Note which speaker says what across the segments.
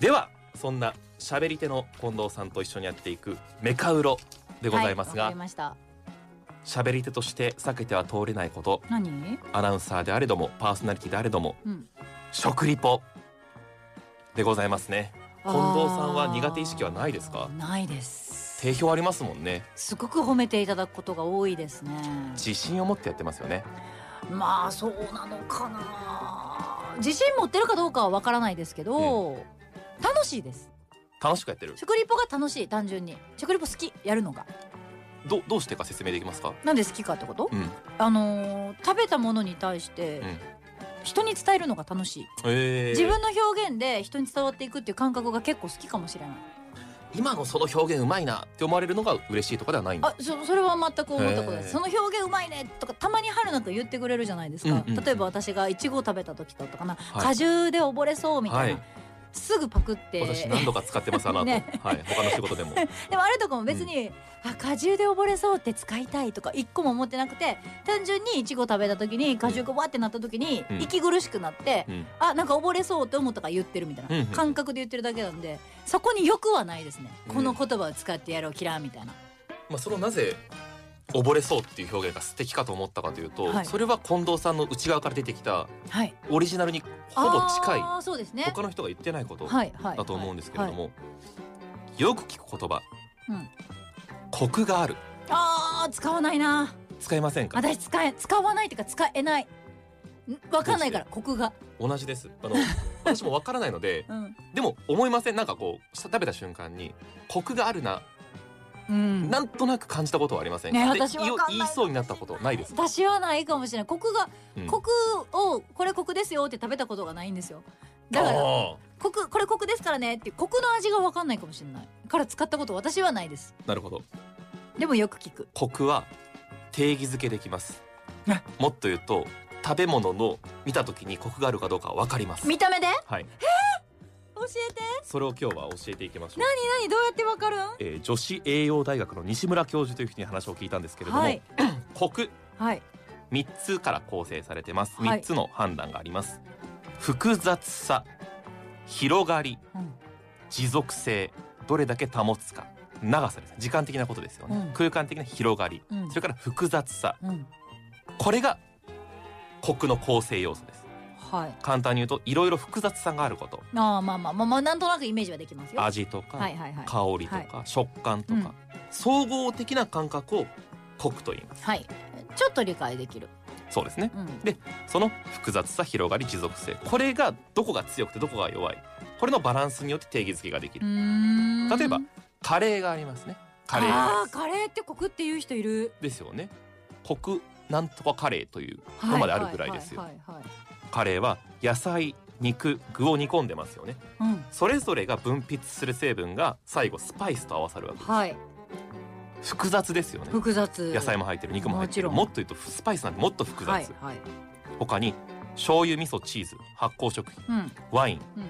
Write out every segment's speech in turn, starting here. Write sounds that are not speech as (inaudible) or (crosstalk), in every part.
Speaker 1: ではそんな喋り手の近藤さんと一緒にやっていくメカウロでございます
Speaker 2: はわか
Speaker 1: が
Speaker 2: りました
Speaker 1: 喋、り手として避けては通れないこと
Speaker 2: 何
Speaker 1: アナウンサーであれどもパーソナリティであれども
Speaker 2: うん
Speaker 1: 食リポでございますね
Speaker 2: 近
Speaker 1: 藤さんは苦手意識はないですか
Speaker 2: ないです
Speaker 1: 定評ありますもんね
Speaker 2: すごく褒めていただくことが多いですね
Speaker 1: 自信を持ってやってますよね
Speaker 2: まあそうなのかな自信持ってるかどうかはわからないですけど、楽しいです
Speaker 1: 楽しくやってる
Speaker 2: 食リポが楽しい単純に食リポ好きやるのが
Speaker 1: どどうしてか説明できますか
Speaker 2: なんで好きかってこと
Speaker 1: うん
Speaker 2: あのー食べたものに対して、
Speaker 1: うん
Speaker 2: 人に伝えるのが楽しい
Speaker 1: えー
Speaker 2: 自分の表現で人に伝わっていくっていう感覚が結構好きかもしれない
Speaker 1: 今のその表現うまいなって思われるのが嬉しいとかではないんだ
Speaker 2: あそそれは全く思ったことで
Speaker 1: へー
Speaker 2: すその表現うまいねとかたまに春なんか言ってくれるじゃないですか、
Speaker 1: うんうん
Speaker 2: 例えば私がいちごを食べた時だったかな、
Speaker 1: はい
Speaker 2: 果汁で溺れそうみたいな、
Speaker 1: はい
Speaker 2: すぐパクって
Speaker 1: 私何度か使ってますあの後、
Speaker 2: ね
Speaker 1: はい他の仕事でも
Speaker 2: (laughs) でもあれとかも別に、あ果汁で溺れそうって使いたいとか一個も思ってなくて単純にいちご食べた時に果汁がわってなった時に
Speaker 1: うん
Speaker 2: 息苦しくなって、
Speaker 1: うん
Speaker 2: あなんか溺れそうって思ったから言ってるみたい
Speaker 1: うんう
Speaker 2: なん感覚で言ってるだけなんでそこに欲はないですね、
Speaker 1: うん
Speaker 2: この言葉を使ってやろうキラーみたいな
Speaker 1: まあそのなぜ溺れそうっていう表現が素敵かと思ったかというと、
Speaker 2: はい
Speaker 1: それは近藤さんの内側から出てきた
Speaker 2: はい
Speaker 1: オリジナルにほぼ近い
Speaker 2: あーそうですね
Speaker 1: 他の人が言ってないこと
Speaker 2: はいはい
Speaker 1: だと思うんですけれども、よく聞く言葉
Speaker 2: はいうん、
Speaker 1: コクがある
Speaker 2: あー使わないな
Speaker 1: 使いませんか
Speaker 2: 私使え使わないっていうか使えないんわかんないからコクが、
Speaker 1: 同じですあの私もわからないので (laughs)
Speaker 2: うん
Speaker 1: でも思いませんなんかこう食べた瞬間にコクがあるな、
Speaker 2: うん、
Speaker 1: なんとなく感じたことはありません
Speaker 2: ね
Speaker 1: か、で
Speaker 2: 私わ
Speaker 1: 言お
Speaker 2: かんない
Speaker 1: 言いそうになったことないですか、
Speaker 2: 私はないかもしれないコクが
Speaker 1: うん
Speaker 2: コクをこれコクですよって食べたことがないんですよだから
Speaker 1: あ
Speaker 2: コクこれコクですからねってコクの味が分かんないかもしれないから使ったこと私はないです
Speaker 1: ーなるほど
Speaker 2: でもよく聞く
Speaker 1: コクは定義づけできます
Speaker 2: ね
Speaker 1: もっと言うと食べ物の見た時にコクがあるかどうかは分かります
Speaker 2: 見た目で
Speaker 1: はい
Speaker 2: 教えて
Speaker 1: それを今日は教えていきましょう
Speaker 2: 何どうやって分かるん
Speaker 1: えー女子栄養大学の西村教授という人に話を聞いたんですけれども、
Speaker 2: はい
Speaker 1: コク
Speaker 2: はい
Speaker 1: 3つから構成されてます
Speaker 2: はい
Speaker 1: 3つの判断があります、複雑さ広がり
Speaker 2: うん
Speaker 1: 持続性どれだけ保つか長さですね時間的なことですよね、
Speaker 2: うん
Speaker 1: 空間的な広がり
Speaker 2: うん
Speaker 1: それから複雑さ
Speaker 2: うん
Speaker 1: これがコクの構成要素です
Speaker 2: はい
Speaker 1: 簡単に言うといろいろ複雑さがあること
Speaker 2: ああまあまあまあまあなんとなくイメージはできますよ
Speaker 1: 味とか、
Speaker 2: はいはいはい
Speaker 1: 香りとか、食感とか、
Speaker 2: うん
Speaker 1: 総合的な感覚をコクと言います
Speaker 2: はいちょっと理解できる
Speaker 1: そうですね
Speaker 2: うん
Speaker 1: その複雑さ広がり持続性これがどこが強くてどこが弱いこれのバランスによって定義づけができ
Speaker 2: う
Speaker 1: る、
Speaker 2: ーん
Speaker 1: 例えばカレーがありますねカレ
Speaker 2: あ
Speaker 1: ー
Speaker 2: ーカレーってコクっていう人いる
Speaker 1: ですよねコクなんとかカレーというのまであるぐらいですよ、
Speaker 2: はいはいはい
Speaker 1: カレーは野菜肉具を煮込んでますよね
Speaker 2: はいうん
Speaker 1: それぞれが分泌する成分が最後スパイスと合わさるわけです
Speaker 2: はい
Speaker 1: 複雑ですよね
Speaker 2: 複雑
Speaker 1: 野菜も入ってる肉も入ってる
Speaker 2: もちろん
Speaker 1: もっと言うとスパイスなんてもっと複雑、
Speaker 2: はいはい
Speaker 1: 他に醤油味噌チーズ発酵食品
Speaker 2: うん
Speaker 1: ワイン
Speaker 2: うん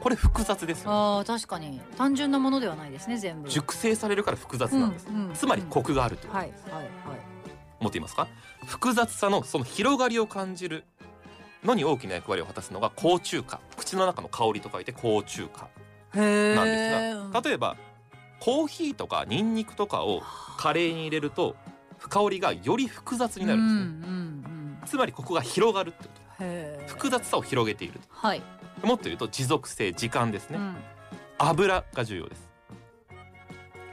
Speaker 1: これ複雑ですよね
Speaker 2: あー確かに単純なものではないですね全部
Speaker 1: 熟成されるから複雑なんです、
Speaker 2: うんうん
Speaker 1: つまりコクがあるという、
Speaker 2: はいはいはい
Speaker 1: 持っていますか複雑さのその広がりを感じるのに大きな役割を果たすのが口中華口の中の香りと書いて口中華
Speaker 2: へ
Speaker 1: なんです
Speaker 2: ー
Speaker 1: が例えばコーヒーとかニンニクとかをカレーに入れると香りがより複雑になるんですね、
Speaker 2: うんうんうん
Speaker 1: つまりここが広がるってこと
Speaker 2: へー
Speaker 1: 複雑さを広げている
Speaker 2: はい
Speaker 1: もっと言うと持続性時間ですね、
Speaker 2: うん
Speaker 1: 油が重要です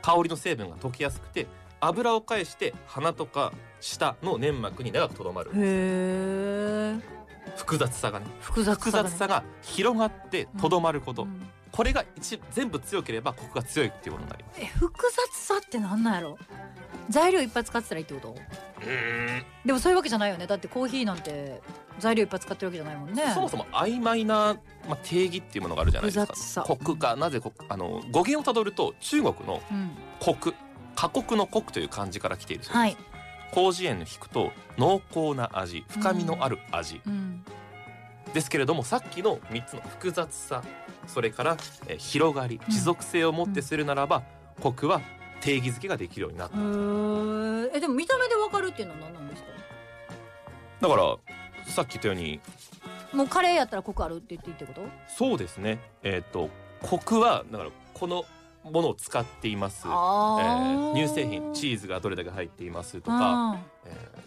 Speaker 1: 香りの成分が溶けやすくて油を介して鼻とか舌の粘膜に長くとどまる
Speaker 2: へえ
Speaker 1: 複雑さがね
Speaker 2: 複雑
Speaker 1: 複
Speaker 2: がね
Speaker 1: 雑さが広がってとどまること、
Speaker 2: うん
Speaker 1: これが一全部強ければここが強いっていうことになります
Speaker 2: え複雑さってなんなんやろ材料いっぱい使ってたらいいってことでもそういうわけじゃないよねだってコーヒーなんて材料いっぱい使ってるわけじゃないもんね
Speaker 1: そもそも曖昧な、まあ、定義っていうものがあるじゃないです
Speaker 2: 複雑さ
Speaker 1: か国がなぜこあの語源をたどると中国の
Speaker 2: うん
Speaker 1: 国過酷の国という漢字から来ているそうです、
Speaker 2: はい、
Speaker 1: 広辞苑の引くと濃厚な味深みのある味、
Speaker 2: うん、
Speaker 1: ですけれどもさっきの3つの複雑さそれから、えー広がり
Speaker 2: うん
Speaker 1: 持続性をもってするならば、コクは定義づけができるようになった、
Speaker 2: へええでも見た目でわかるっていうのは何なんですか
Speaker 1: だからさっき言ったように
Speaker 2: もうカレーやったらコクあるって言っていいってこと
Speaker 1: そうですねえっ、とコクはだからこのものを使っています、え
Speaker 2: あ
Speaker 1: ー乳製品チ
Speaker 2: ーズ
Speaker 1: ーズがどれだけ入っていますとか、えー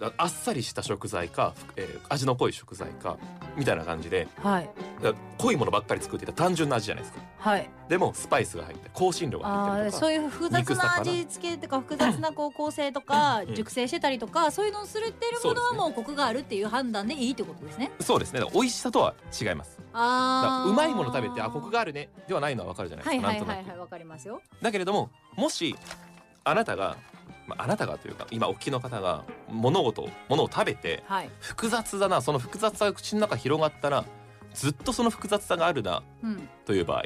Speaker 1: だあっさりした食材か、ふえー味の濃い食材かみたいな感じで
Speaker 2: はい
Speaker 1: だ濃いものばっかり作っていたら単純な味じゃないですか
Speaker 2: はい
Speaker 1: でもスパイスが入って香辛料が入って
Speaker 2: あー
Speaker 1: るとか
Speaker 2: そういう複雑
Speaker 1: 肉
Speaker 2: な
Speaker 1: 魚
Speaker 2: 味付けとか複雑なこう構成とか
Speaker 1: うん
Speaker 2: 熟成してたりとかそういうのをするってるものは
Speaker 1: そうですね
Speaker 2: もうコクがあるっていう判断でいいってことですね
Speaker 1: そうですねだから美味しさとは違いますだか
Speaker 2: あ
Speaker 1: ら
Speaker 2: ー
Speaker 1: うまいもの食べてあコクがあるねではないのはわかるじゃないで
Speaker 2: は
Speaker 1: す
Speaker 2: い
Speaker 1: か、な
Speaker 2: はい
Speaker 1: ん
Speaker 2: は
Speaker 1: と
Speaker 2: い
Speaker 1: な
Speaker 2: はいわかりますよ
Speaker 1: くだけれどももしあなたが、まああなたがというか今お聞きの方が物事を物を食べて
Speaker 2: はい
Speaker 1: 複雑だなその複雑さが口の中広がったらずっとその複雑さがあるな
Speaker 2: うん
Speaker 1: という場合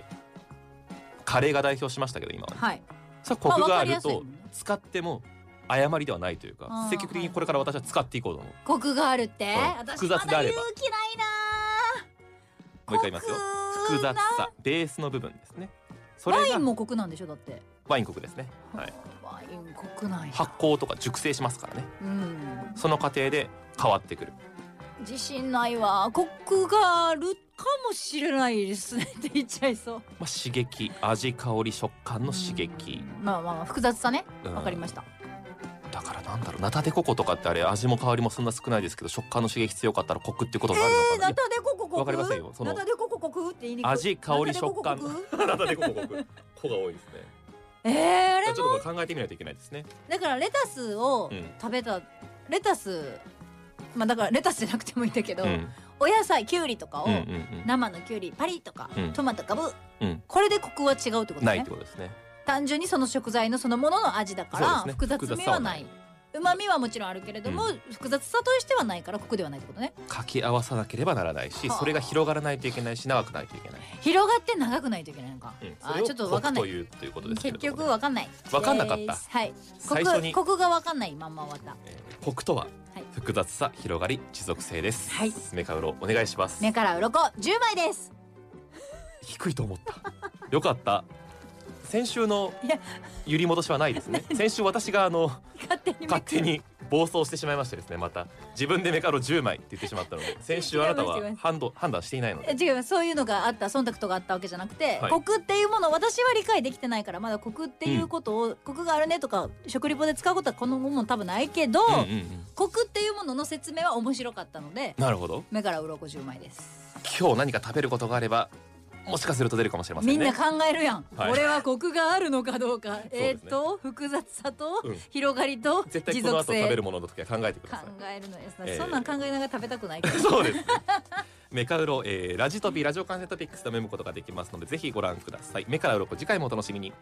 Speaker 1: カレーが代表しましたけど今はね、
Speaker 2: はい
Speaker 1: それはコクがある
Speaker 2: まあわ
Speaker 1: と
Speaker 2: かりやすいもんね
Speaker 1: 使っても誤りではないという
Speaker 2: あ
Speaker 1: か
Speaker 2: ー
Speaker 1: 積極的にこれから私は使っていこうと思う
Speaker 2: コクがあるって
Speaker 1: そう
Speaker 2: 私
Speaker 1: 複
Speaker 2: ま
Speaker 1: 雑で
Speaker 2: だ
Speaker 1: あ
Speaker 2: 勇
Speaker 1: れば
Speaker 2: 気ないな
Speaker 1: もう一回言いますよ
Speaker 2: コ
Speaker 1: 複
Speaker 2: クな
Speaker 1: 雑さベースの部分ですねそれが
Speaker 2: ワインもコクなんでしょだって
Speaker 1: ワインコクですね、はい、
Speaker 2: ワインコクないな
Speaker 1: 発酵とか熟成しますからね
Speaker 2: うん
Speaker 1: その過程で変わってくる
Speaker 2: 自信ないわコクがあるかもしれないですね (laughs) って言っちゃいそう
Speaker 1: まあ、刺激味香り食感の刺激
Speaker 2: うんまあまあまあ複雑さね
Speaker 1: うん
Speaker 2: わかりました
Speaker 1: だからなんだろうナタデココとかってあれ味も香りもそんな少ないですけど食感の刺激強かったらコクってことになるのかな、
Speaker 2: ナタデコココク
Speaker 1: わかりませんよその
Speaker 2: ナタデコココクって言いにくい
Speaker 1: 味香り
Speaker 2: ナタデコココク
Speaker 1: 食ナタデコココクコが多いですね
Speaker 2: えー、あれ
Speaker 1: ちょっとこれ考えてみないといけないですね
Speaker 2: だからレタスを
Speaker 1: うん
Speaker 2: 食べた、レタスまあだからレタスじゃなくてもいいんだけど、
Speaker 1: うん
Speaker 2: お野菜きゅうりとかを、
Speaker 1: うんうん
Speaker 2: 生のきゅうりパリッとか、
Speaker 1: うん
Speaker 2: トマトかぶ、
Speaker 1: うん
Speaker 2: これでコクは違うってこ
Speaker 1: う
Speaker 2: と
Speaker 1: んないっ
Speaker 2: ね
Speaker 1: てことですね
Speaker 2: 単純にその食材のそのものの味だから、
Speaker 1: そうですね
Speaker 2: 複雑味はな
Speaker 1: 複雑さはない
Speaker 2: い旨味はもちろんあるけれども、
Speaker 1: う
Speaker 2: 複雑さとしてはないからコクではないってことね
Speaker 1: 掛け合わさなければならないし
Speaker 2: はあ
Speaker 1: それが広がらないといけないし長くないといけない、
Speaker 2: 広がって長くないといけないのか、
Speaker 1: うん、
Speaker 2: あ
Speaker 1: それ
Speaker 2: ー
Speaker 1: を
Speaker 2: ちょっとわかんな
Speaker 1: コ
Speaker 2: い
Speaker 1: クというということですけれ
Speaker 2: 結
Speaker 1: どもね
Speaker 2: 局わかんない
Speaker 1: わかんなかった
Speaker 2: ですはいコ
Speaker 1: 最初
Speaker 2: ク
Speaker 1: に
Speaker 2: コクがわかんないまんま終わった
Speaker 1: えーコクとは
Speaker 2: はい
Speaker 1: 複雑さ広がり持続性です、
Speaker 2: はい
Speaker 1: メカウロお願いします
Speaker 2: 目から鱗10枚です
Speaker 1: 低いと思ったよかった先週の
Speaker 2: いや
Speaker 1: 揺り戻しはないです
Speaker 2: (laughs)
Speaker 1: ね先週私があの
Speaker 2: 勝手に
Speaker 1: 勝手に暴走してしまいましてですねまた自分でメカロ10枚って言ってしまったので先週あなた
Speaker 2: 違います違い
Speaker 1: は
Speaker 2: ます
Speaker 1: 判断判断していないので
Speaker 2: え違うそういうのがあった忖度とかあったわけじゃなくて、
Speaker 1: はい
Speaker 2: コクっていうものを私は理解できてないからまだコクっていうことを、コクがあるねとか食リポで使うことはこの後も多分ないけど、
Speaker 1: うんうんうん
Speaker 2: コクっていうものの説明は面白かったので
Speaker 1: なるほど
Speaker 2: 目から鱗10枚です、
Speaker 1: 今日何か食べることがあればもしかすると出るかもしれませんね
Speaker 2: みんな考えるやん、
Speaker 1: はい
Speaker 2: 俺はコクがあるのかどうか
Speaker 1: すね
Speaker 2: えーっと複雑さと
Speaker 1: うん
Speaker 2: 広がりと
Speaker 1: 絶対
Speaker 2: 持
Speaker 1: この後
Speaker 2: 続
Speaker 1: 食べ
Speaker 2: 性
Speaker 1: るものの時は考えてく
Speaker 2: 考
Speaker 1: ださい
Speaker 2: えるのです、
Speaker 1: えー
Speaker 2: そんなん考えながら食べたくないから
Speaker 1: そうですね。メカウロ、えーラジトピラジオ関西トピックスでも読むことができますのでぜひご覧ください。メカウロ次回もお楽しみに。